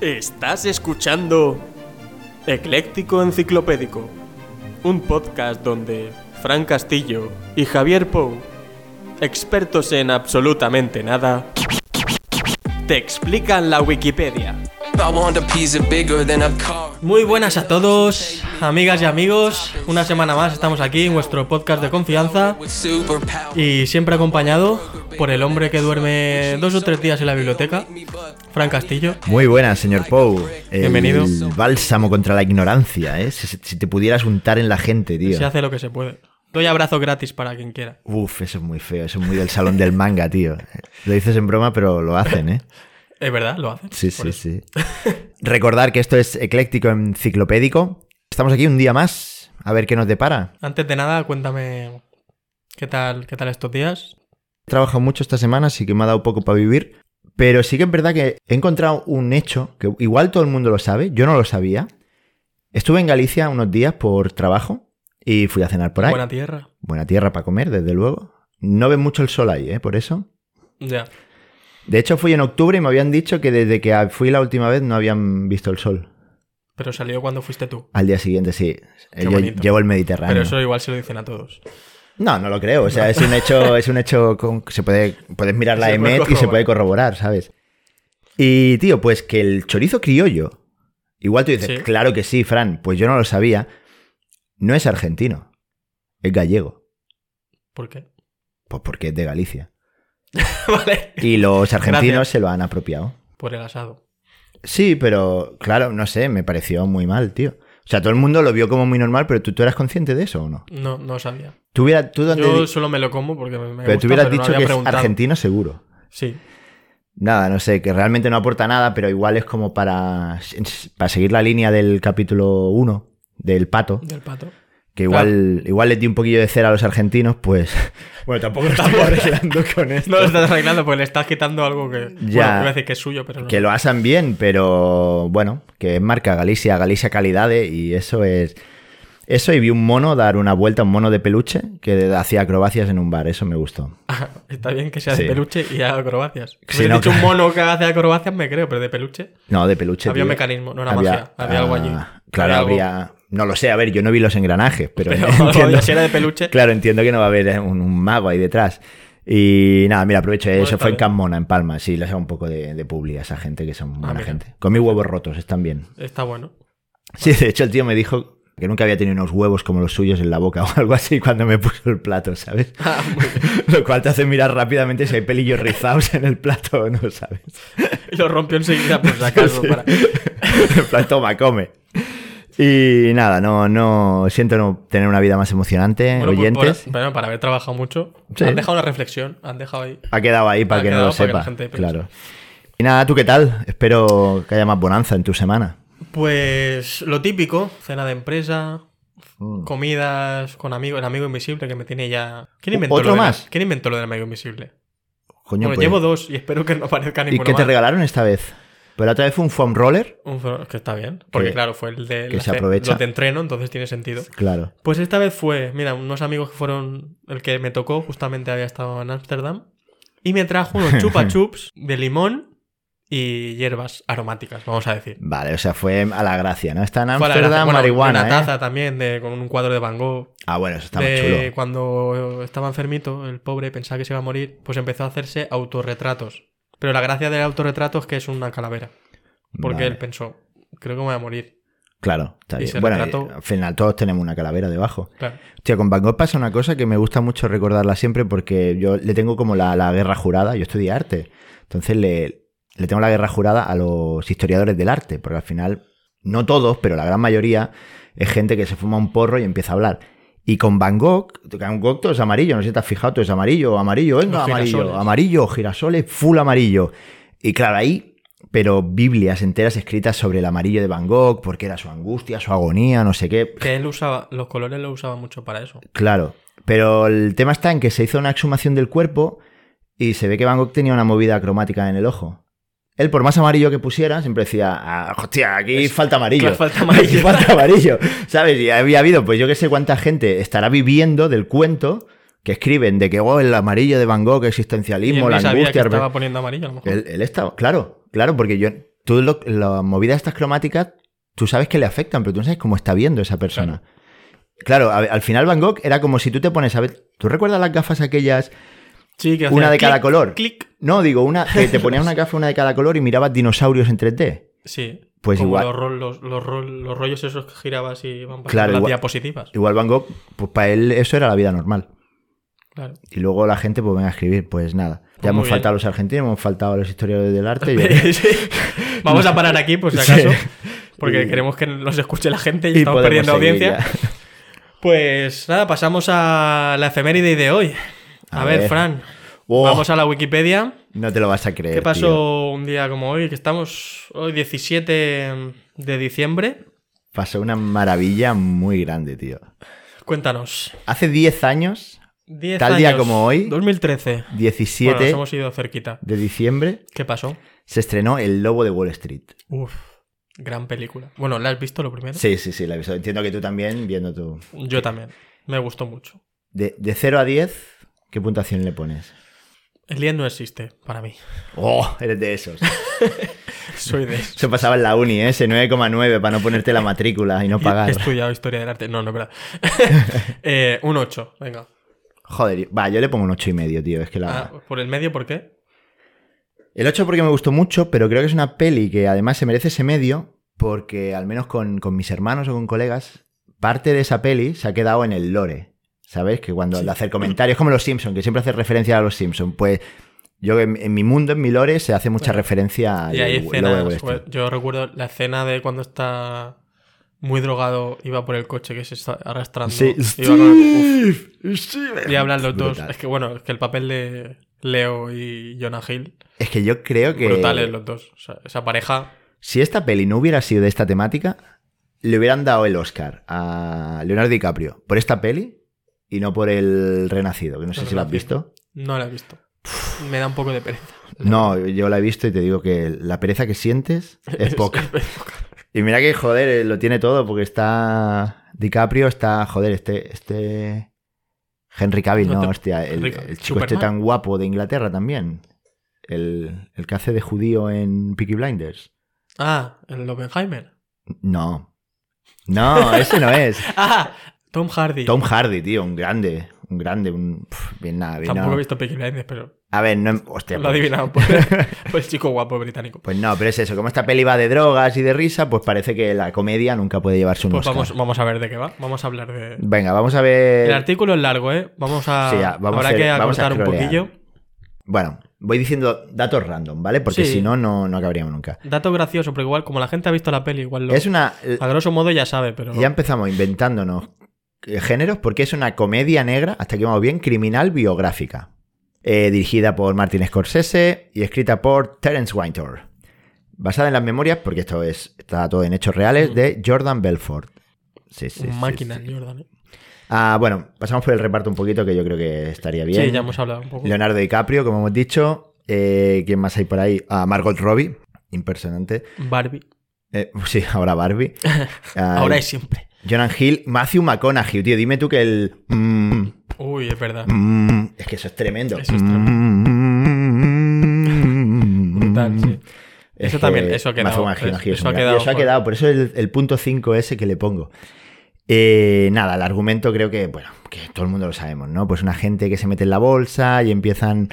Estás escuchando Ecléctico Enciclopédico, un podcast donde Fran Castillo y Javier Pou, expertos en absolutamente nada, te explican la Wikipedia. I want a pizza bigger than a car. Muy buenas a todos, amigas y amigos. Una semana más estamos aquí en vuestro podcast de confianza With superpowers. y siempre acompañado por el hombre que duerme dos o tres días en la biblioteca, Fran Castillo. Muy buenas, señor Pou. El Bienvenido. Bálsamo contra la ignorancia, ¿eh? Si, si te pudieras untar en la gente, tío. Se hace lo que se puede. Doy abrazos gratis para quien quiera. Uf, eso es muy feo, eso es muy del salón del manga, tío. Lo dices en broma, pero lo hacen, ¿eh? Es verdad, lo hacen. Sí, Por sí, eso. sí. Recordar que esto es ecléctico enciclopédico. Estamos aquí un día más, a ver qué nos depara. Antes de nada, cuéntame qué tal, qué tal estos días. He trabajado mucho esta semana, así que me ha dado poco para vivir. Pero sí que es verdad que he encontrado un hecho que igual todo el mundo lo sabe, yo no lo sabía. Estuve en Galicia unos días por trabajo y fui a cenar por ahí. Buena tierra. Buena tierra para comer, desde luego. No ven mucho el sol ahí, ¿eh? Por eso. Ya. De hecho, fui en octubre y me habían dicho que desde que fui la última vez no habían visto el sol. Pero salió cuando fuiste tú. Al día siguiente, sí. Qué Yo bonito. llevo el Mediterráneo. Pero eso igual se lo dicen a todos. No, no lo creo. O sea, es un hecho, es un hecho con- que se puede. Puedes mirar la E Se puede EMET y se puede corroborar, ¿sabes? Y, tío, pues que el chorizo criollo. Igual tú dices, Sí. claro que sí, Fran. Pues yo no lo sabía. No es argentino. Es gallego. ¿Por qué? Pues porque es de Galicia. vale. Y los argentinos Gracias. se lo han apropiado. Por el asado. Sí, pero claro, no sé, me pareció muy mal, tío. O sea, todo el mundo lo vio como muy normal, pero tú, tú eras consciente de eso o no? No, no sabía. Tú, hubiera- tú dónde Yo di- solo me lo como porque me, me pero gusta, tú hubieras pero no dicho había que es preguntado. argentino seguro. Sí, Nada, no sé, que realmente no aporta nada, pero igual es como para, para seguir la línea del capítulo 1 del pato, del pato. que igual, igual le di un poquillo de cera a los argentinos, pues... Bueno, tampoco lo estamos arreglando con esto. No lo estás arreglando porque le estás quitando algo que. Bueno, Ya. iba a decir que es suyo, pero no. Que lo asan bien, pero bueno, que es marca Galicia, Galicia calidades y eso es... Eso y vi un mono dar una vuelta, un mono de peluche que hacía acrobacias en un bar, eso me gustó. Está bien que sea de Sí. peluche y haga acrobacias. Si Sí, hubiera no, dicho un claro. mono que hace acrobacias, me creo, pero de peluche. No, de peluche. Había un tío. mecanismo, no era Había- magia, había algo allí. ah, Claro, Había algo. habría... No lo sé, a ver, yo no vi los engranajes, pero, Pero entiendo, si era de peluche. Claro, entiendo que no va a haber eh, un, un mago ahí detrás. Y nada, mira, aprovecho, eh, Bueno, eso está fue en bien. Ah, Camona, en Palma. Sí, les hago un poco de, de publi a esa gente que son buena mira. gente. Comí huevos rotos, están bien. Está bueno. Sí, de hecho el tío me dijo que nunca había tenido unos huevos como los suyos en la boca o algo así cuando me puso el plato, ¿sabes? Ah, Lo cual te hace mirar rápidamente si hay pelillos rizados en el plato o no, ¿sabes? Y lo rompió enseguida, por si acaso. para- En plan, toma, come. Y nada, no, no siento no tener una vida más emocionante, Bueno, pues, oyentes. por- bueno, para haber trabajado mucho. Sí. Han dejado una reflexión, han dejado ahí. Ha quedado ahí para Ha que no quedado lo para que la sepa. gente piense. claro. Y nada, ¿tú qué tal? Espero que haya más bonanza en tu semana. Pues lo típico, cena de empresa, Mm, comidas con amigos, el amigo invisible que me tiene ya. ¿Quién inventó ¿Otro lo del- más? ¿Quién inventó lo del amigo invisible? Coño, bueno, pues. llevo dos y espero que no aparezca ¿Y ninguno qué te más. regalaron esta vez? Pero la otra vez fue un foam roller. Un fro- que está bien, porque Que- claro, fue el de que la se ce- aprovecha. los de entreno, entonces tiene sentido. Claro. Pues esta vez fue, mira, unos amigos que fueron el que me tocó, justamente había estado en Ámsterdam y me trajo unos chupa chups de limón y hierbas aromáticas, vamos a decir. Vale, o sea, fue a la gracia, ¿no? Está en Fue a la gracia. Amsterdam, Bueno, marihuana. Una ¿eh? taza también de, con un cuadro de Van Gogh. Ah, bueno, eso está muy de chulo. cuando estaba enfermito, el pobre pensaba que se iba a morir, pues empezó a hacerse autorretratos. Pero la gracia del autorretrato es que es una calavera. Porque Vale. él pensó, creo que me voy a morir. Claro, está y bien. se Bueno, retrató. al final todos tenemos una calavera debajo. Claro. Hostia, con Van Gogh pasa una cosa que me gusta mucho recordarla siempre porque yo le tengo como la, la guerra jurada, yo estudié arte, entonces le, le tengo la guerra jurada a los historiadores del arte, porque al final, no todos, pero la gran mayoría es gente que se fuma un porro y empieza a hablar. Y con Van Gogh, Van Gogh todo es amarillo, no sé si te has fijado, todo es amarillo, amarillo, venga, Los amarillo, girasoles. amarillo, girasoles, full amarillo. Y claro, ahí, pero Biblias enteras escritas sobre el amarillo de Van Gogh, porque era su angustia, su agonía, no sé qué. Que él usaba, los colores los usaba mucho para eso. Claro, pero el tema está en que se hizo una exhumación del cuerpo y se ve que Van Gogh tenía una movida cromática en el ojo. Él, por más amarillo que pusiera, siempre decía, "Ah, hostia, aquí falta amarillo. claro, falta amarillo. Aquí falta amarillo. ¿Sabes? Y había habido, pues yo que sé cuánta gente estará viviendo del cuento que escriben de que, oh, el amarillo de Van Gogh, Y él existencialismo, ni la sabía que angustia. estaba poniendo amarillo a lo mejor. Él, él estaba, claro, claro, porque yo tú lo- las movidas estas cromáticas, tú sabes que le afectan, pero tú no sabes cómo está viendo esa persona. Claro, a- al final Van Gogh era como si tú te pones a ver. ¿Tú recuerdas las gafas aquellas? Sí, que Una hacía de cada clic, color. Clic. No, digo, una que te ponías una gafa, una de cada color y mirabas dinosaurios en 3D. Sí. Pues como igual. Los, rol- los, los rol- los rollos esos que girabas y van pasando Claro, las igual. diapositivas. Igual Van Gogh, pues para él eso era la vida normal. Claro. Y luego la gente, pues venga a escribir, pues nada. Ya Pues muy hemos bien. faltado a los argentinos, hemos faltado a los historiadores del arte. yo- Sí. Vamos a parar aquí, por si acaso. ¿eh? Sí. Porque Y- queremos que nos escuche la gente y, y estamos podemos perdiendo seguir audiencia. ya. Pues nada, pasamos a la efeméride de hoy. A, A ver, ver. Fran. Oh, Vamos a la Wikipedia. No te lo vas a creer. ¿Qué pasó tío. un día como hoy? Que estamos hoy 17 de diciembre. Pasó una maravilla muy grande, tío. Cuéntanos. Hace 10 años, 10 Tal día años, como hoy, 2013. 17 Bueno, nos hemos ido cerquita. de diciembre, ¿Qué pasó? se estrenó El Lobo de Wall Street. Uf, gran película. Bueno, ¿la has visto lo primero? Sí, sí, sí, la he visto. Entiendo que tú también, viendo tu... Yo también. Me gustó mucho. De, de 0 a 10, ¿qué puntuación le pones? El día no existe para mí. ¡Oh! Eres de esos. Soy de eso. Eso pasaba en la uni, ¿eh? ese 9,9 para no ponerte la matrícula y no He pagar. estudiado historia del arte. No, no, es verdad. Eh, un 8, venga. Joder, va, yo le pongo un 8 y medio, tío. Es que la... Ah, ¿Por el medio por qué? El 8 porque me gustó mucho, pero creo que es una peli que además se merece ese medio, porque al menos con, con mis hermanos o con colegas, parte de esa peli se ha quedado en el lore. ¿Sabes? Que cuando le hacer comentarios, como los Simpsons, que siempre hace referencia a los Simpsons, pues yo en, en mi mundo, en mi lore, se hace mucha Bueno. referencia al y hay logo de Wall escenas. Street. pues, yo recuerdo la escena de cuando está muy drogado, iba por el coche que se está arrastrando. Sí, Iba con el- uf. Steve, Steve. Y hablan los dos. Brutal. Es que bueno, es que el papel de Leo y Jonah Hill, Es que yo creo que. brutales los dos. O sea, esa pareja. Si esta peli no hubiera sido de esta temática, le hubieran dado el Oscar a Leonardo DiCaprio por esta peli y no por el Renacido, que no sé si lo has Renacido. visto. No la he visto. Me da un poco de pereza. No, yo la he visto y te digo que la pereza que sientes es poca. Y mira que, joder, eh, lo tiene todo porque está DiCaprio, está, joder, este, este Henry Cavill, No no, te- hostia, el, Henry- el chico este Superman. tan guapo de Inglaterra también. El, el que hace de judío en Peaky Blinders. Ah, el Oppenheimer. No. No, ese no es. Ah, Tom Hardy. Tom Hardy, tío, un grande, un grande, un pf, bien nada, bien Tampoco nada. he visto Peaky Blinders, pero A ver, no, hostia, lo he pues, adivinado por, por el chico guapo británico. pues no, pero es eso, como esta peli va de drogas y de risa, pues parece que la comedia nunca puede llevarse un Pues Oscar. vamos, vamos a ver de qué va. Vamos a hablar de. Venga, vamos a ver. El artículo es largo, ¿eh? Vamos a. Sí, ya, vamos habrá a hacer- que vamos a acortar un scrollear. poquillo. Bueno, voy diciendo datos random, ¿vale? Porque Sí. si no, no no acabaríamos nunca. Dato gracioso, pero igual, como la gente ha visto la peli, igual lo. Es una A grosso modo ya sabe, pero. ya empezamos inventándonos eh, géneros porque es una comedia negra, hasta que vamos bien, criminal biográfica. Eh, dirigida por Martin Scorsese y escrita por Terence Winter. Basada en las memorias, porque esto es, está todo en hechos reales, de Jordan Belfort. Sí, sí, un sí, Mm. máquina, sí. Jordan. ¿eh? Ah, bueno, pasamos por el reparto un poquito que yo creo que estaría bien. Sí, ya hemos hablado un poco. Leonardo DiCaprio, como hemos dicho. Eh, ¿Quién más hay por ahí? Ah, Margot Robbie. Impresionante. Barbie. Eh, sí, ahora Barbie. Ah, Ahora es siempre. Jonah Hill, Matthew McConaughey, tío, dime tú que el... mm, Uy, es verdad. mm, es que eso es tremendo. Eso es tremendo. Mm, Brutal, sí. es Eso que también, eso ha quedado, Matthew McConaughey es- es eso ha un gran- quedado, y eso ha joder. quedado, por eso el, el punto 5 ese que le pongo. Eh, nada, el argumento creo que, bueno, que todo el mundo lo sabemos, ¿no? Pues una gente que se mete en la bolsa y empiezan...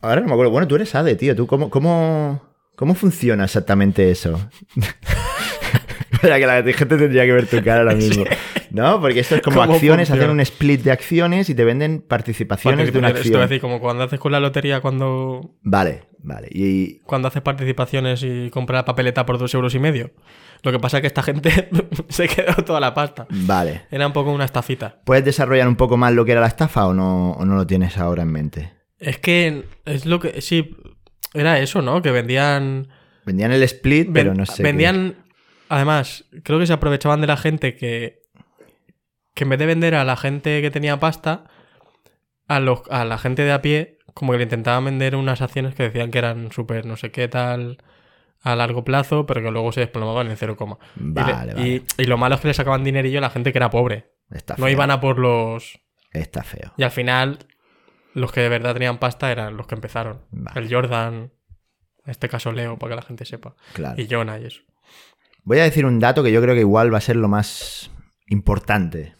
Ahora no me acuerdo, bueno, tú eres ADE, tío, ¿tú cómo, cómo, cómo funciona exactamente eso? Espera, que la gente tendría que ver tu cara ahora mismo. ¿No? Porque esto es como ¿Cómo acciones, funciona? hacen un split de acciones y te venden participaciones de una Participaciones, Esto es acción. decir, como cuando haces con la lotería, cuando, Vale, vale. Y cuando haces participaciones y compras la papeleta por dos euros y medio. Lo que pasa es que esta gente se quedó toda la pasta. vale. Era un poco una estafita. ¿Puedes desarrollar un poco más lo que era la estafa o no, o no lo tienes ahora en mente? Es que es lo que. Sí, era eso, ¿no? Que vendían. Vendían el split, pero ven- no sé. vendían. Además, creo que se aprovechaban de la gente que. Que en vez de vender a la gente que tenía pasta, a, los, a la gente de a pie, como que le intentaban vender unas acciones que decían que eran súper no sé qué tal a largo plazo, pero que luego se desplomaban en cero coma. Y qué. le- Vale, y, vale. y lo malo es que le sacaban dinerillo a la gente que era pobre. Está No feo. iban a por los. Está feo. Y al final, los que de verdad tenían pasta eran los que empezaron. Vale. El Jordan, En este caso Leo, para que la gente sepa. Claro. Y Jonah y eso. Voy a decir un dato que yo creo que igual va a ser lo más importante.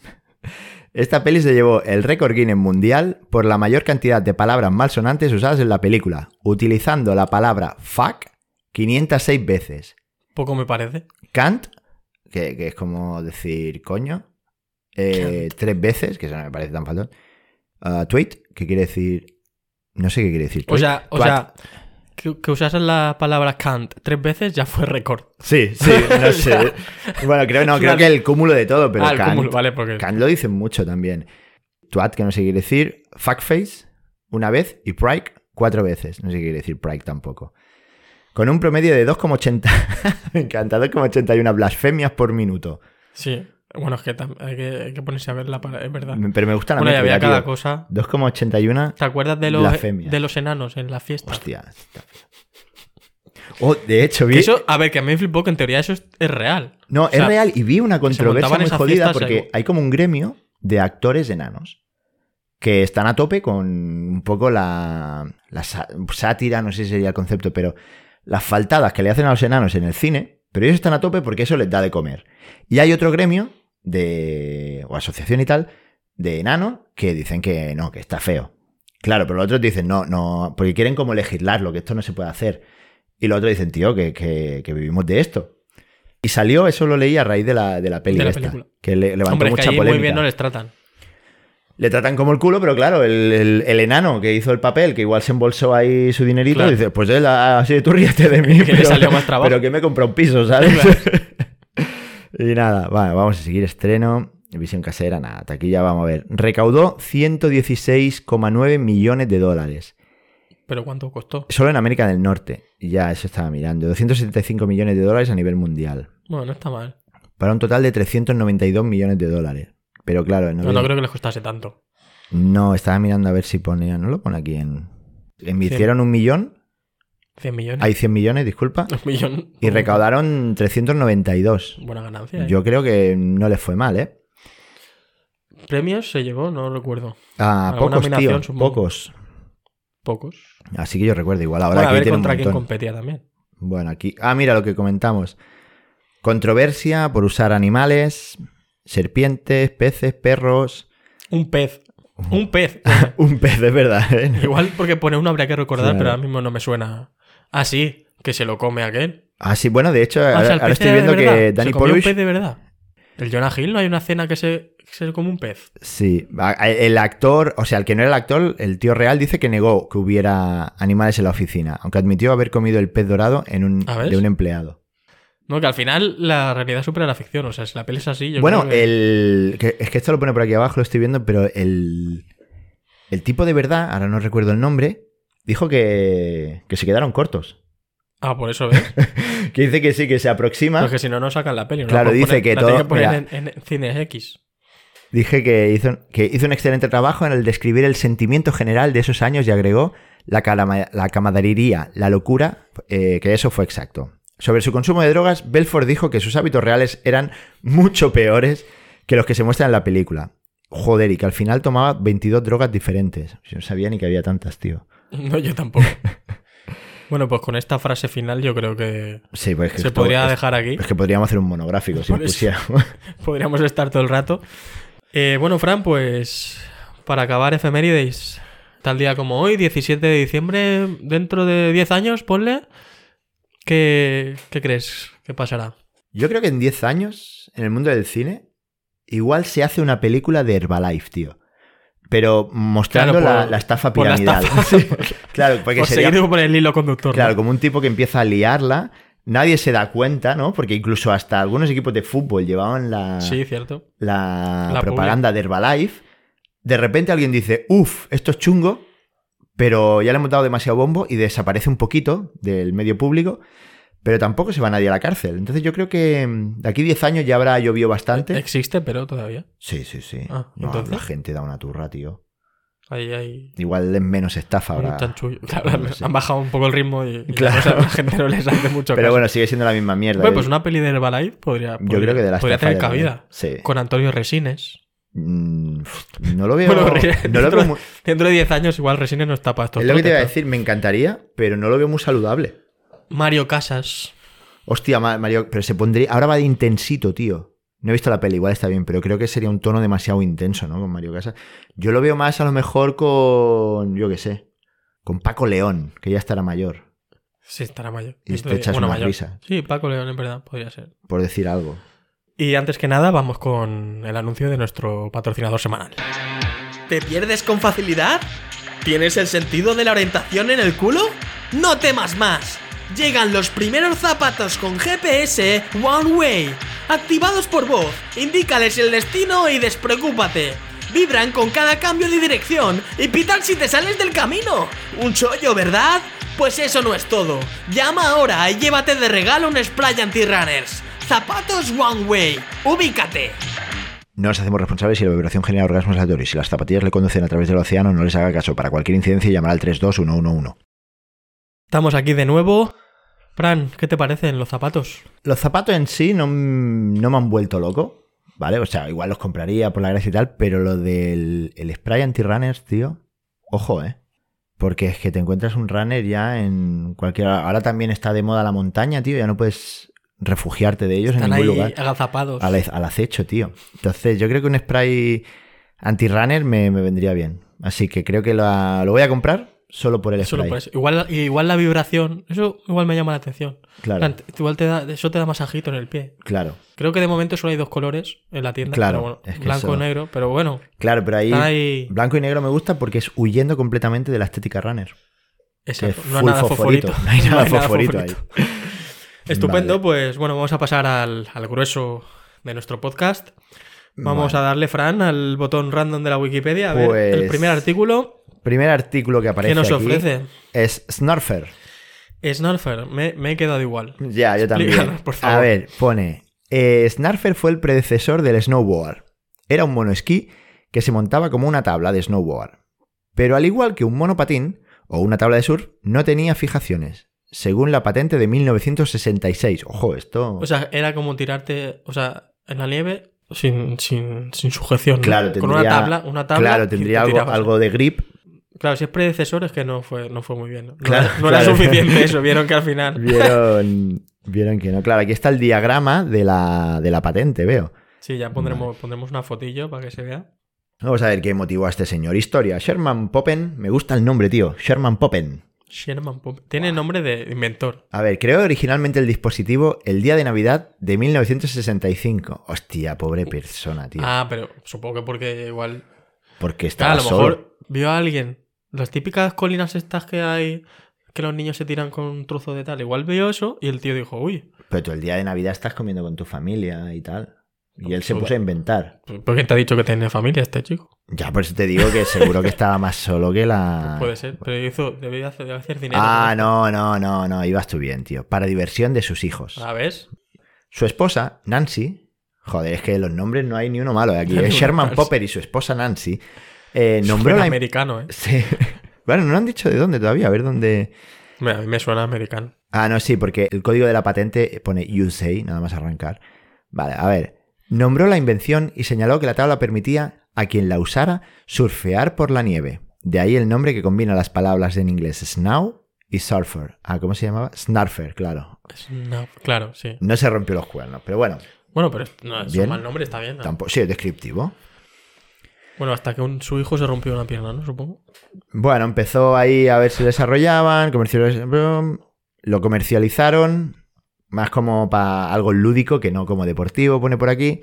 Esta peli se llevó el récord Guinness mundial por la mayor cantidad de palabras malsonantes usadas en la película, utilizando la palabra fuck 506 veces. Poco me parece. Cant, que, que es como decir coño, eh, tres veces, que eso no me parece tan faltón. Ah, tweet, que quiere decir. No sé qué quiere decir. O tweet. sea, o Twat. sea que, que usasen la palabra Kant tres veces ya fue récord. Sí, sí, no sé. bueno, creo, no, creo Vale. que el cúmulo de todo, pero ah, el Kant- cúmulo, vale, porque. Kant lo dicen mucho también. Twat, que no sé qué quiere decir. Fuckface, una vez. Y Prike, cuatro veces. No sé qué quiere decir Prike tampoco. Con un promedio de 2,80. Me encanta, 2,81 blasfemias por minuto. Sí. Bueno, es que tam- hay que, hay que ponerse a verla, para, es verdad. Me- Pero me gusta la Ah. Bueno, ya métrica, había cada tío. cosa. 2,81. ¿Te acuerdas de los, Blasfemia. de los enanos en la fiesta? Hostia. está feo. Oh, de hecho, vi. Que eso, a ver, que a mí me flipó que en teoría eso es, es real. No, O sea, es real. Y vi una controversia montaban muy esas jodida fiestas, porque ahí- hay como un gremio de actores enanos que están a tope con un poco la, la sa- sátira, no sé si sería el concepto, pero las faltadas que le hacen a los enanos en el cine, pero ellos están a tope porque eso les da de comer. Y hay otro gremio de, o asociación y tal de enanos que dicen que no, que está feo. Claro, pero los otros dicen no, no, porque quieren como legislarlo, que esto no se puede hacer. Y los otros dicen, tío, que, que- que vivimos de esto. Y salió, eso lo leí a raíz de la, de la peli De la esta, película. que le, levantó Hombre, es que mucha ahí polémica. muy bien no les tratan. Le tratan como el culo, pero claro, el, el- el enano que hizo el papel, que igual se embolsó ahí su dinerito, Claro. dice, pues él, ah, sí, tú ríete de mí. Que le salió más trabajo. Pero que me compró un piso, ¿sabes? y nada, bueno, vamos a seguir estreno. Visión casera, nada, taquilla, vamos a ver. Recaudó 116,9 millones de dólares. Pero ¿cuánto costó? Solo en América del Norte. Y Ya eso estaba mirando. 275 millones de dólares a nivel mundial. Bueno, no está mal. Para un total de 392 millones de dólares. Pero claro, en No, no creo que les costase tanto. no, estaba mirando a ver si ponía. No lo pone aquí en. en- me Cien. hicieron un millón. 100 millones. Hay 100 millones, disculpa. Un millón. Y recaudaron 392. Buena ganancia. ¿eh? Yo creo que no les fue mal, ¿eh? Premios se llevó, no recuerdo. A Alguna pocos, tío. nominación, supongo. Pocos. Pocos. Así que yo recuerdo igual. Ahora bueno, a aquí ver tiene un contra quién montón. competía también. Bueno, aquí. Ah, mira lo que comentamos. Controversia por usar animales, serpientes, peces, perros. Un pez. Un pez. Un pez, es verdad. ¿eh? Igual porque pone uno habría que recordar, Claro. pero ahora mismo no me suena. Ah, sí, que se lo come aquel. Ah, sí, bueno, de hecho, Ah, o ahora, sea, el ahora pez estoy era de viendo verdad. que Se Danny comió un pez Polish. de verdad. El Jonah Hill, ¿no hay una cena que se, que se come un pez? Sí, a- a- el actor, o sea, el que no era el actor, el tío real dice que negó que hubiera animales en la oficina, aunque admitió haber comido el pez dorado en un, Ah, ¿ves? de un empleado. No, que al final la realidad supera la ficción. O sea, si la peli es así, yo bueno, creo que- el. que- es que esto lo pone por aquí abajo, lo estoy viendo, pero el. El tipo de verdad, ahora no recuerdo el nombre, dijo que, que se quedaron cortos. Ah, por eso ves. Que dice que sí, que se aproxima. Porque si no, no sacan la peli. ¿no? Claro, La pueden dice que la tienen todo- poner en, en Cines X. Dije que hizo, que hizo un excelente trabajo en el describir el sentimiento general de esos años y agregó la, calama- la camaradería, la locura, eh, que eso fue exacto. Sobre su consumo de drogas, Belfort dijo que sus hábitos reales eran mucho peores que los que se muestran en la película. Joder, y que al final tomaba 22 drogas diferentes. Yo no sabía ni que había tantas, tío. No, yo tampoco. bueno, pues con esta frase final, yo creo que Sí, pues es que se esto- podría es- dejar aquí. Es que podríamos hacer un monográfico si Por nos eso. pusiéramos. Podríamos estar todo el rato. Eh, bueno, Fran, pues para acabar efemérides, tal día como hoy, 17 de diciembre, dentro de 10 años, ponle, ¿qué, qué crees que pasará? Yo creo que en 10 años, en el mundo del cine, igual se hace una película de Herbalife, tío. Pero mostrando Claro, por- la, la estafa por la piramidal. estafa. Sí, claro, porque Por sería, seguir por el hilo conductor. ¿no? claro, como un tipo que empieza a liarla, nadie se da cuenta, ¿no? Porque incluso hasta algunos equipos de fútbol llevaban la, Sí, cierto. la La propaganda de Herbalife. De repente alguien dice, uff, esto es chungo, pero ya le hemos dado demasiado bombo y desaparece un poquito del medio público, pero tampoco se va nadie a la cárcel. Entonces yo creo que mm, de aquí 10 años ya habrá llovido bastante. Existe, pero todavía. Sí, sí, sí. Ah, No, ¿entonces? la gente da una turra, tío. Ahí hay Igual es menos estafa un ahora. chanchullo. Claro, No han- lo sé. han bajado un poco el ritmo y, y Claro. la cosa- la gente no les hace mucho Pero caso. bueno, sigue siendo la misma mierda. Bueno, pues una peli de Herbalife podría, Yo podría- creo que de las podría tener cabida. Sí. Con Antonio Resines. Mm, pff, no lo veo. Bueno, porque no lo dentro veo de- muy- Dentro de 10 años igual Resines no está para estos Es lo que te iba a trotes, ¿no? decir, me encantaría, pero no lo veo muy saludable. Mario Casas. Hostia, Ma- Mario, pero se pondría. Ahora va de intensito, tío. No he visto la peli, igual está bien, pero creo que sería un tono demasiado intenso, ¿no? Con Mario Casas. Yo lo veo más a lo mejor con. Yo qué sé. Con Paco León, que ya estará mayor, Sí, estará mayor. Y Esto te es- echas bueno, una mayor. risa. Sí, Paco León, en verdad, podría ser. por decir algo. Y antes que nada, vamos con el anuncio de nuestro patrocinador semanal. ¿Te pierdes con facilidad? ¿Tienes el sentido de la orientación en el culo? No temas más. Llegan los primeros zapatos con GPS One Way, activados por voz. Indícales el destino y despreocúpate. Vibran con cada cambio de dirección y pitan si te sales del camino. Un chollo, ¿verdad? Pues eso no es todo. Llama ahora y llévate de regalo un spray anti-runners. Zapatos One Way. Ubícate. No nos hacemos responsables si la vibración genera orgasmos aleatorios. Si las zapatillas le conducen a través del océano, no les haga caso. Para cualquier incidencia, llamar al 32111. Estamos aquí de nuevo. Fran, ¿qué te parecen los zapatos? Los zapatos en sí no, m- no me han vuelto loco, ¿vale? O sea, igual los compraría por la gracia y tal, pero lo del el spray anti-runners, tío, ojo, ¿eh? Porque es que te encuentras un runner ya en cualquier... Ahora también está de moda la montaña, tío, ya no puedes refugiarte de ellos Están en ahí ningún lugar. agazapados. Al, al acecho, tío. Entonces, yo creo que un spray anti-runner me, me vendría bien. Así que creo que la- lo voy a comprar solo por el Solo spray. por eso. Igual, igual la vibración, eso igual me llama la atención. Claro. Fran, Igual te da, eso te da masajito en el pie. Claro, Creo que de momento solo hay dos colores en la tienda. Claro, pero bueno, es que blanco eso- y negro, pero bueno, claro, pero ahí... está ahí. Blanco y negro me gusta porque es huyendo completamente de la estética runner. que Exacto, es no hay full nada fosforito. No hay nada fosforito ahí. Estupendo, Vale. pues bueno, vamos a pasar al, al grueso de nuestro podcast. Vamos Vale. a darle, Fran, al botón random de la Wikipedia. A ver, el Pues- primer artículo Primer artículo que aparece que nos aquí ofrece. es Snorfer. Snarfer, me, me he quedado igual. Ya, yo también. Explícanos, por favor. A ver, pone. eh, Snarfer fue el predecesor del snowboard. Era un monoesquí que se montaba como una tabla de snowboard. Pero al igual que un monopatín o una tabla de surf, no tenía fijaciones. Según la patente de 1966. Ojo, esto. O sea, era como tirarte, o sea, en la nieve sin, sin, sin sujeción. ¿no? claro, tendría, Con una tabla, una tabla. Claro, y te tendría algo, tirabas. ¿eh? algo de grip Claro, si es predecesor es que no fue, no fue muy bien. No, No Claro, era, no era claro. suficiente eso, vieron que al final. Vieron, vieron que no. Claro, aquí está el diagrama de la, de la patente, veo. Sí, ya pondremos, pondremos una fotillo para que se vea. Vamos a ver qué motivó a este señor. Historia. Sherman Poppen. Me gusta el nombre, tío. Sherman Poppen. Sherman Pump. Tiene nombre de inventor. A ver, creó originalmente el dispositivo el día de Navidad de 1965. Hostia, pobre persona, tío. Ah, pero supongo que porque igual. Porque estaba Claro, a lo solo. mejor vio a alguien. Las típicas colinas estas que hay que los niños se tiran con un trozo de tal. Igual vio eso y el tío dijo, uy, Pero tú el día de Navidad estás comiendo con tu familia y tal. Y él se Joder. puso a inventar. ¿por qué pues, te ha dicho que tiene familia este chico? Ya, por eso te digo que seguro que estaba más solo que la... Pues Puede ser, pero hizo, debía hacer, debe hacer dinero. Ah, con no, no, no, no. Ibas tú bien, tío. Para diversión de sus hijos. esto. Ah, ¿ves? Su esposa, Nancy, joder, es que los nombres no hay ni uno malo de aquí. Ni eh, uno, Sherman claro. Popper y su esposa Nancy eh, nombró Suena la. americano, ¿eh? Sí. Bueno, no han dicho de dónde todavía, a ver dónde. Me- A mí me suena americano. Ah, no, sí, porque el código de la patente pone USA, nada más arrancar. Vale, a ver. Nombró la invención y señaló que la tabla permitía a quien la usara surfear por la nieve. De ahí el nombre que combina las palabras en inglés snow y surfer. Ah, ¿cómo se llamaba? Snarfer, claro. Es una- Claro, sí. No se rompió los cuernos, pero bueno, Bueno, pero es- no, es Bien. un mal nombre, está bien. ¿no? tampoco. Sí, es descriptivo. Bueno, hasta que un- su hijo se rompió una pierna, ¿no? Supongo. Bueno, empezó ahí a ver si desarrollaban, comercializ- brum, lo comercializaron, más como para algo lúdico que no como deportivo, pone por aquí.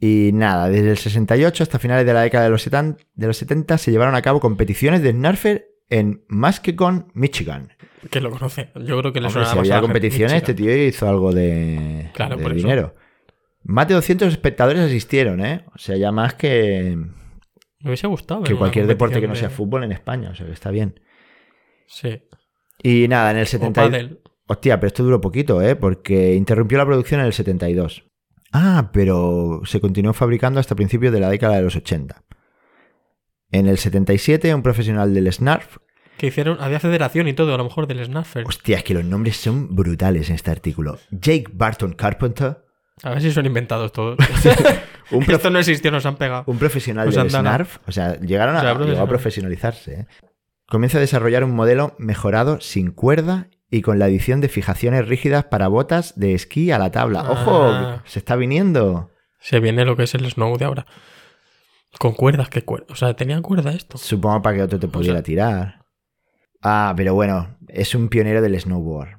Y nada, desde el 68 hasta finales de la década de los 70, de los 70 se llevaron a cabo competiciones de snarfer en Muskegon, Michigan. Que lo conoce. Yo creo que le Hombre, suena si más a había la gente competiciones, chica. este tío hizo algo de, Claro, de por eso. dinero. Más de 200 espectadores asistieron, ¿eh? O sea, ya más que, Me hubiese gustado. ver que una cualquier deporte que no sea competición fútbol en España, o sea, que está bien. de- Sí. Y nada, en el O 70... y- pádel. Hostia, pero esto duró poquito, ¿eh? Porque interrumpió la producción en el 72. Ah, pero se continuó fabricando hasta principios de la década de los 80. En el 77, un profesional del Snarf. Que hicieron. Había federación y todo, a lo mejor del Snuffer. Hostia, es que los nombres son brutales en este artículo. Jake Barton Carpenter, A ver si son inventados todos. un, prof- Esto no existió, nos han pegado. un profesional Pues del andana. Snarf. O sea, llegaron a, O sea, llegó a profesional. profesionalizarse. ¿eh? Comienza a desarrollar un modelo mejorado sin cuerda y con la edición de fijaciones rígidas para botas de esquí a la tabla. ¡Ojo! Ah. Se está viniendo. Se viene lo que es el snow de ahora. Con cuerdas, que cuerdas. O sea, tenía cuerda esto. Supongo para que otro te pudiera sea- tirar. Ah, pero bueno, es un pionero del snowboard.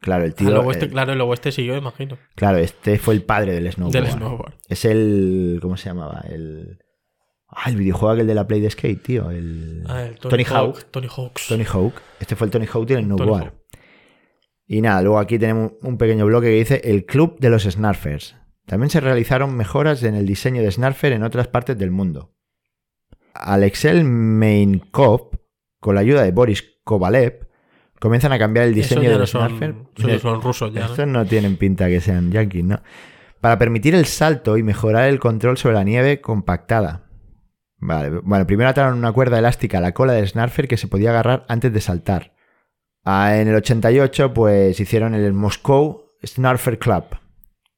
Claro, el Ah, tío. eh, luego este- el- claro, y luego este siguió, imagino. claro, este fue el padre del snowboard. Del snowboard. Es el. ¿Cómo se llamaba? El. Ah, el videojuego aquel de la Play de Skate, tío. El, Ah, el Tony, Hawk. Tony Hawks. Tony Hawk. Este fue el Tony Hawk y el snowboard. Hawk. Y nada, luego aquí tenemos un pequeño bloque que dice el Club de los Snarfers. También se realizaron mejoras en el diseño de Snarfer en otras partes del mundo. Alexel Meinkov, con la ayuda de Boris Kovalev, comienzan a cambiar el Esos diseño ya de no los son, Snarfer. esos no son rusos ya. ¿no? Estos no tienen pinta que sean yankees, ¿no? Para permitir el salto y mejorar el control sobre la nieve compactada. Vale, bueno, primero ataron una cuerda elástica a la cola del Snarfer que se podía agarrar antes de saltar. Ah, en el 88, pues hicieron el Moscow Snarfer Club.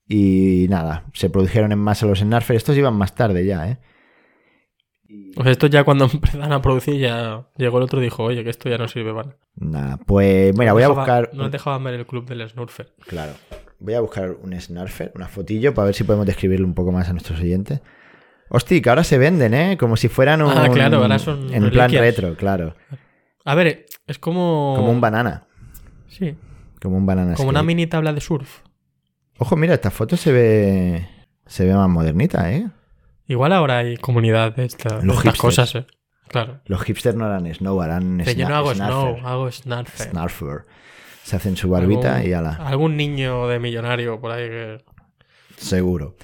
Y nada, se produjeron en masa los Snarfer. Estos iban más tarde ya, ¿eh? O sea, Pues esto ya cuando empezaron a producir ya llegó el otro y dijo, oye, que esto ya no sirve, ¿vale? Nada, pues mira, voy a Dejaba- buscar. No dejaban ver el club del Snurfer. Claro. Voy a buscar un snarfer, una fotillo, para ver si podemos describirlo un poco más a nuestros oyentes. Hostia, que ahora se venden, ¿eh? Como si fueran un. Ah, claro, ahora son En plan reliquias. retro, claro. A ver, es como... Como un banana. Sí, Como un banana. como skate. una mini tabla de surf. Ojo, mira, esta foto se ve. Se ve más modernita, ¿eh? Igual ahora hay comunidad de, esta- de Los estas hipsters. cosas, ¿eh? Claro. Los hipsters no harán snow, harán Pero yo sna- no hago snarfer. snow, Ah, hago snarfer. Snarfer. Se hacen su barbita Algún- y ala. Algún niño de millonario por ahí que... Seguro.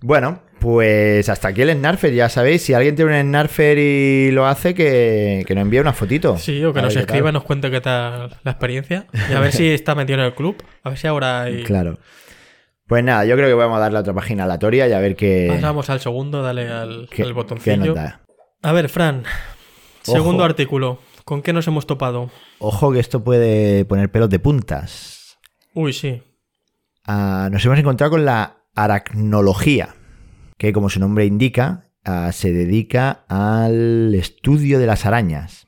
Bueno, pues hasta aquí el Snarfer, ya sabéis. Si alguien tiene un Snarfer y lo hace, que, que nos envíe una fotito. Sí, o que Pues, A nos ver qué tal. escriba y nos cuente qué tal la experiencia. Y a ver si está metido en el club. A ver si ahora hay- Claro. Pues nada, yo creo que vamos a darle a otra página aleatoria y a ver qué, pasamos al segundo, dale al, qué- al qué nos botoncillo. da. A ver, Fran, segundo artículo. ¿Con qué nos hemos topado? Ojo que esto puede poner pelos de puntas. Uy, sí. Ah, nos hemos encontrado con la aracnología, que como su nombre indica, ah, se dedica al estudio de las arañas.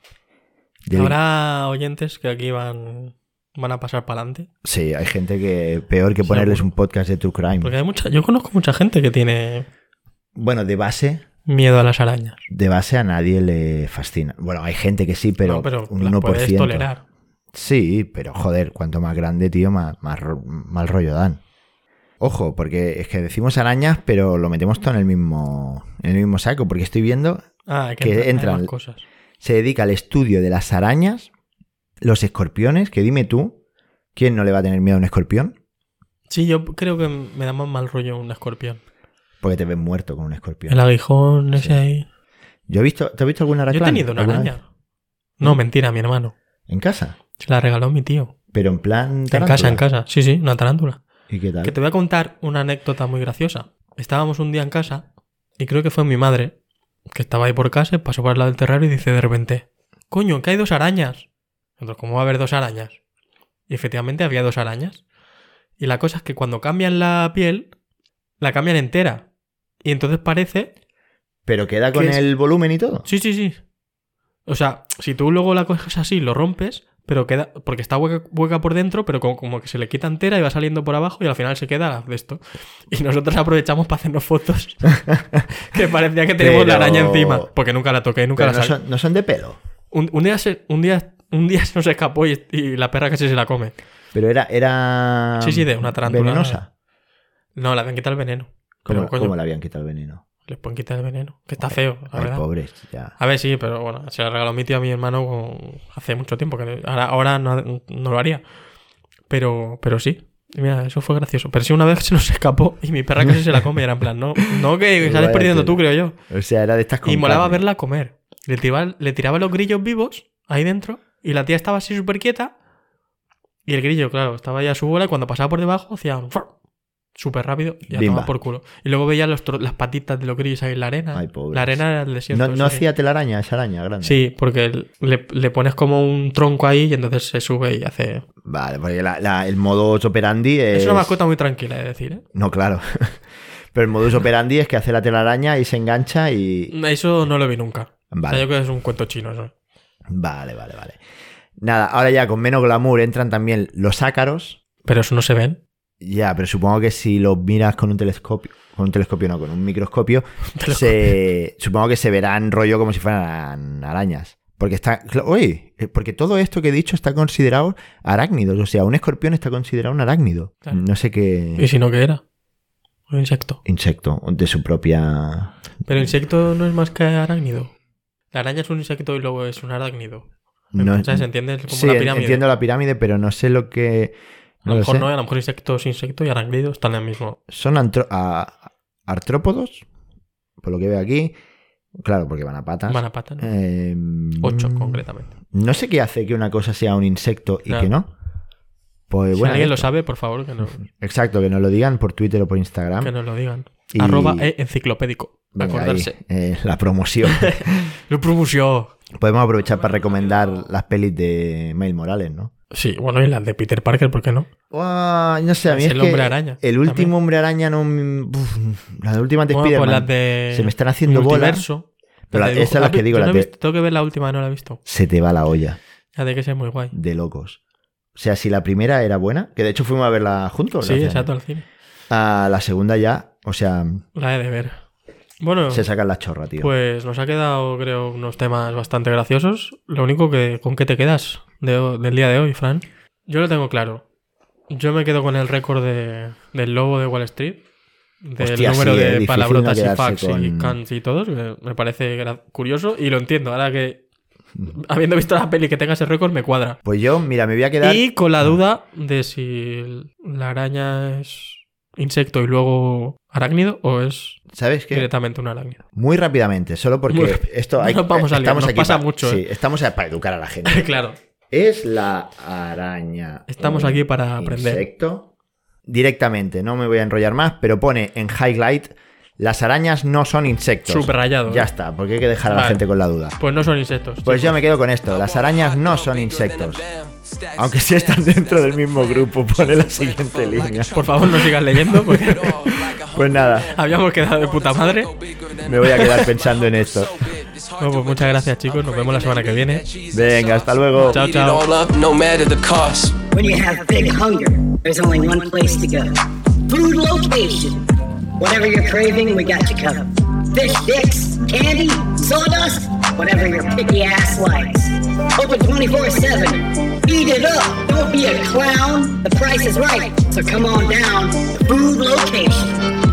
Del- Habrá oyentes que aquí van, van a pasar para adelante. Sí, hay gente que peor que ponerles Seguro. un podcast de True Crime. Porque hay mucha, yo conozco mucha gente que tiene Bueno, de base, miedo a las arañas. de base a nadie le fascina. Bueno, hay gente que sí, pero, no, pero un las puedes 1%. tolerar. Sí, pero joder, cuanto más grande, tío, más, más ro- mal rollo dan. Ojo, porque es que decimos arañas, pero lo metemos todo en el mismo, en el mismo saco, porque estoy viendo, Ah, que, Que entra- hay entran- más cosas. se dedica al estudio de las arañas, los escorpiones, que dime tú, ¿quién no le va a tener miedo a un escorpión? Sí, yo creo que me da más mal rollo un escorpión. Porque te ves muerto con un escorpión. El aguijón ese Sí. ahí. Yo he visto, ¿te has visto alguna araña? Yo he tenido una araña. No, mentira, mi hermano. En casa, Se la regaló mi tío. pero en plan En tarántula. casa, en casa. Sí, sí, una tarántula. ¿Y qué tal? Que te voy a contar una anécdota muy graciosa. Estábamos un día en casa y creo que fue mi madre, que estaba ahí por casa, y pasó por el lado del terrario y dice de repente, coño, que hay dos arañas. Entonces, ¿cómo va a haber dos arañas? Y efectivamente había dos arañas. Y la cosa es que cuando cambian la piel, la cambian entera. Y entonces parece... Pero queda con ¿Qué es? el volumen y todo. Sí, sí, sí. O sea, si tú luego la coges así, lo rompes, pero queda... Porque está hueca, hueca por dentro, pero como, como que se le quita entera y va saliendo por abajo y al final se queda de esto. Y nosotros aprovechamos para hacernos fotos. que parecía que teníamos la Pero- araña encima. Porque nunca la toqué, nunca Pero la no saqué. son, no son de pelo. Un, un día se, un, día, un día se nos escapó y, y la perra casi se la come. Pero era, era. mm, Sí, sí, de una tarántula. Venenosa. No, la habían quitado el veneno. ¿Cómo, Pero, coño, cómo le habían quitado el veneno? les pueden quitar el veneno. Que está feo, la Ay, verdad. pobres, ya. A ver, sí, pero bueno, se la regaló mi tío a mi hermano con- hace mucho tiempo, que ahora, ahora no, no lo haría. Pero, pero sí. Y Mira, eso fue gracioso. Pero sí, una vez se nos escapó y mi perra casi se la come. y Era en plan, no, no que sales Vaya perdiendo tela. tú, creo yo. O sea, era de estas con Y molaba carne. verla comer. Le tiraba, le tiraba los grillos vivos ahí dentro y la tía estaba así súper quieta. Y el grillo, claro, estaba ya a su bola y cuando pasaba por debajo hacía un ¡fua! súper rápido y a Bimba. tomar por culo. Y luego veía los tro- las patitas de los grillos ahí en la arena. Ay, pobres. la arena era el desierto. No, no ese. hacía telaraña, esa araña grande. Sí, porque le, le pones como un tronco ahí y entonces se sube y hace. Vale, porque la- la- el modus operandi es. Es una mascota muy tranquila, es decir, ¿eh? No, claro. Pero el modus operandi es que hace la telaraña y se engancha y. Eso no lo vi nunca. O sea, Vale. yo creo que es un cuento chino eso. Vale, vale, vale. Nada, ahora ya con menos glamour entran también los ácaros. Pero eso no se ven. Ya, pero supongo que si los miras con un telescopio, con un telescopio no, con un microscopio, se, supongo que se verán rollo como si fueran arañas. Porque está. cla- Oye, eh, porque todo esto que he dicho está considerado arácnidos. O sea, un escorpión está considerado un arácnido. Claro. No sé ¿Y qué si no qué era? Un insecto. insecto de su propia. Pero insecto no es más que arácnido. La araña es un insecto y luego es un arácnido. No, o sea, ¿se entiende? Es como sí, una en- pirámide. entiendo la pirámide, pero no sé lo que. a no lo lo mejor sé. no, ¿eh? a lo mejor insectos, insecto y arácnido están en el mismo. Son antro- a- artrópodos, por lo que veo aquí. Claro, porque van a patas. Van a pata, ¿no? Ah. Eh, Ocho, mm, concretamente. No sé qué hace que una cosa sea un insecto y Claro. que no. Pues si bueno. alguien lo sabe, por favor, que, no, Exacto, que nos lo digan por Twitter o por Instagram. que nos lo digan. Ah. Y- Arroba e enciclopédico. Venga, acordarse. ahí, eh, la promoción. Lo promoció. Podemos aprovechar para recomendar las pelis de Mail Morales, ¿no? Sí, bueno, y las de Peter Parker, ¿por qué no? Buah, no sé, a mí Es es el que hombre araña, El último hombre araña no. me- uf, las últimas de Bueno, pues Spider-Man las de. Se me están haciendo bolas. Multiverso. Pero Las de la- esas dibujo. las Ah, que digo, yo las no he de- visto- Tengo que ver la última, no la he visto. se te va la olla La de que sea muy guay. de locos. O sea, si la primera era buena, que de hecho fuimos a verla juntos. Sí, la- exacto, al cine. A la segunda ya, o sea, La he de ver. Bueno, se sacan la chorra, tío. pues nos ha quedado, creo, unos temas bastante graciosos. Lo único que, ¿con qué te quedas de ho- del día de hoy, Fran? Yo lo tengo claro. Yo me quedo con el récord de- del lobo de Wall Street. Del Hostia, número sí, es de difícil palabrotas no y quedarse fax y con- cans y todos. que Me parece gra- curioso y lo entiendo. Ahora que, habiendo visto la peli que tenga ese récord, me cuadra. Pues yo, mira, me voy a quedar. Ah. Y con la duda de si la araña es insecto y luego arácnido o es ¿Sabes qué? directamente un arácnido. Muy rápidamente, solo porque Muy rápido. esto hay No nos vamos a liar, nos pasa pa- mucho, Sí, eh. estamos a- para educar a la gente. claro. ¿Es la araña? Estamos un aquí para aprender. Insecto. Directamente, no me voy a enrollar más, pero pone en highlight: las arañas no son insectos. Subrayado. Ya está, porque hay que dejar a la eh. Vale. gente con la duda. Pues no son insectos. Pues chicos. yo me quedo con esto: las arañas no son insectos. Aunque sí están dentro del mismo grupo, pone la siguiente línea. Por favor, no sigas leyendo porque Pues nada, habíamos quedado de puta madre. me voy a quedar pensando en esto. Bueno, pues muchas gracias, chicos. Nos vemos la semana que viene. Venga, hasta luego. Chao, Eat it chao. all up, no matter the cost. When you have big hunger, there's only one place to go. Food location. Whatever you're craving, we got you covered. Fish sticks, candy, sawdust, whatever your picky ass likes. Open 24-7. Eat it up. Don't be a clown. The price is right. So come on down. to Food location.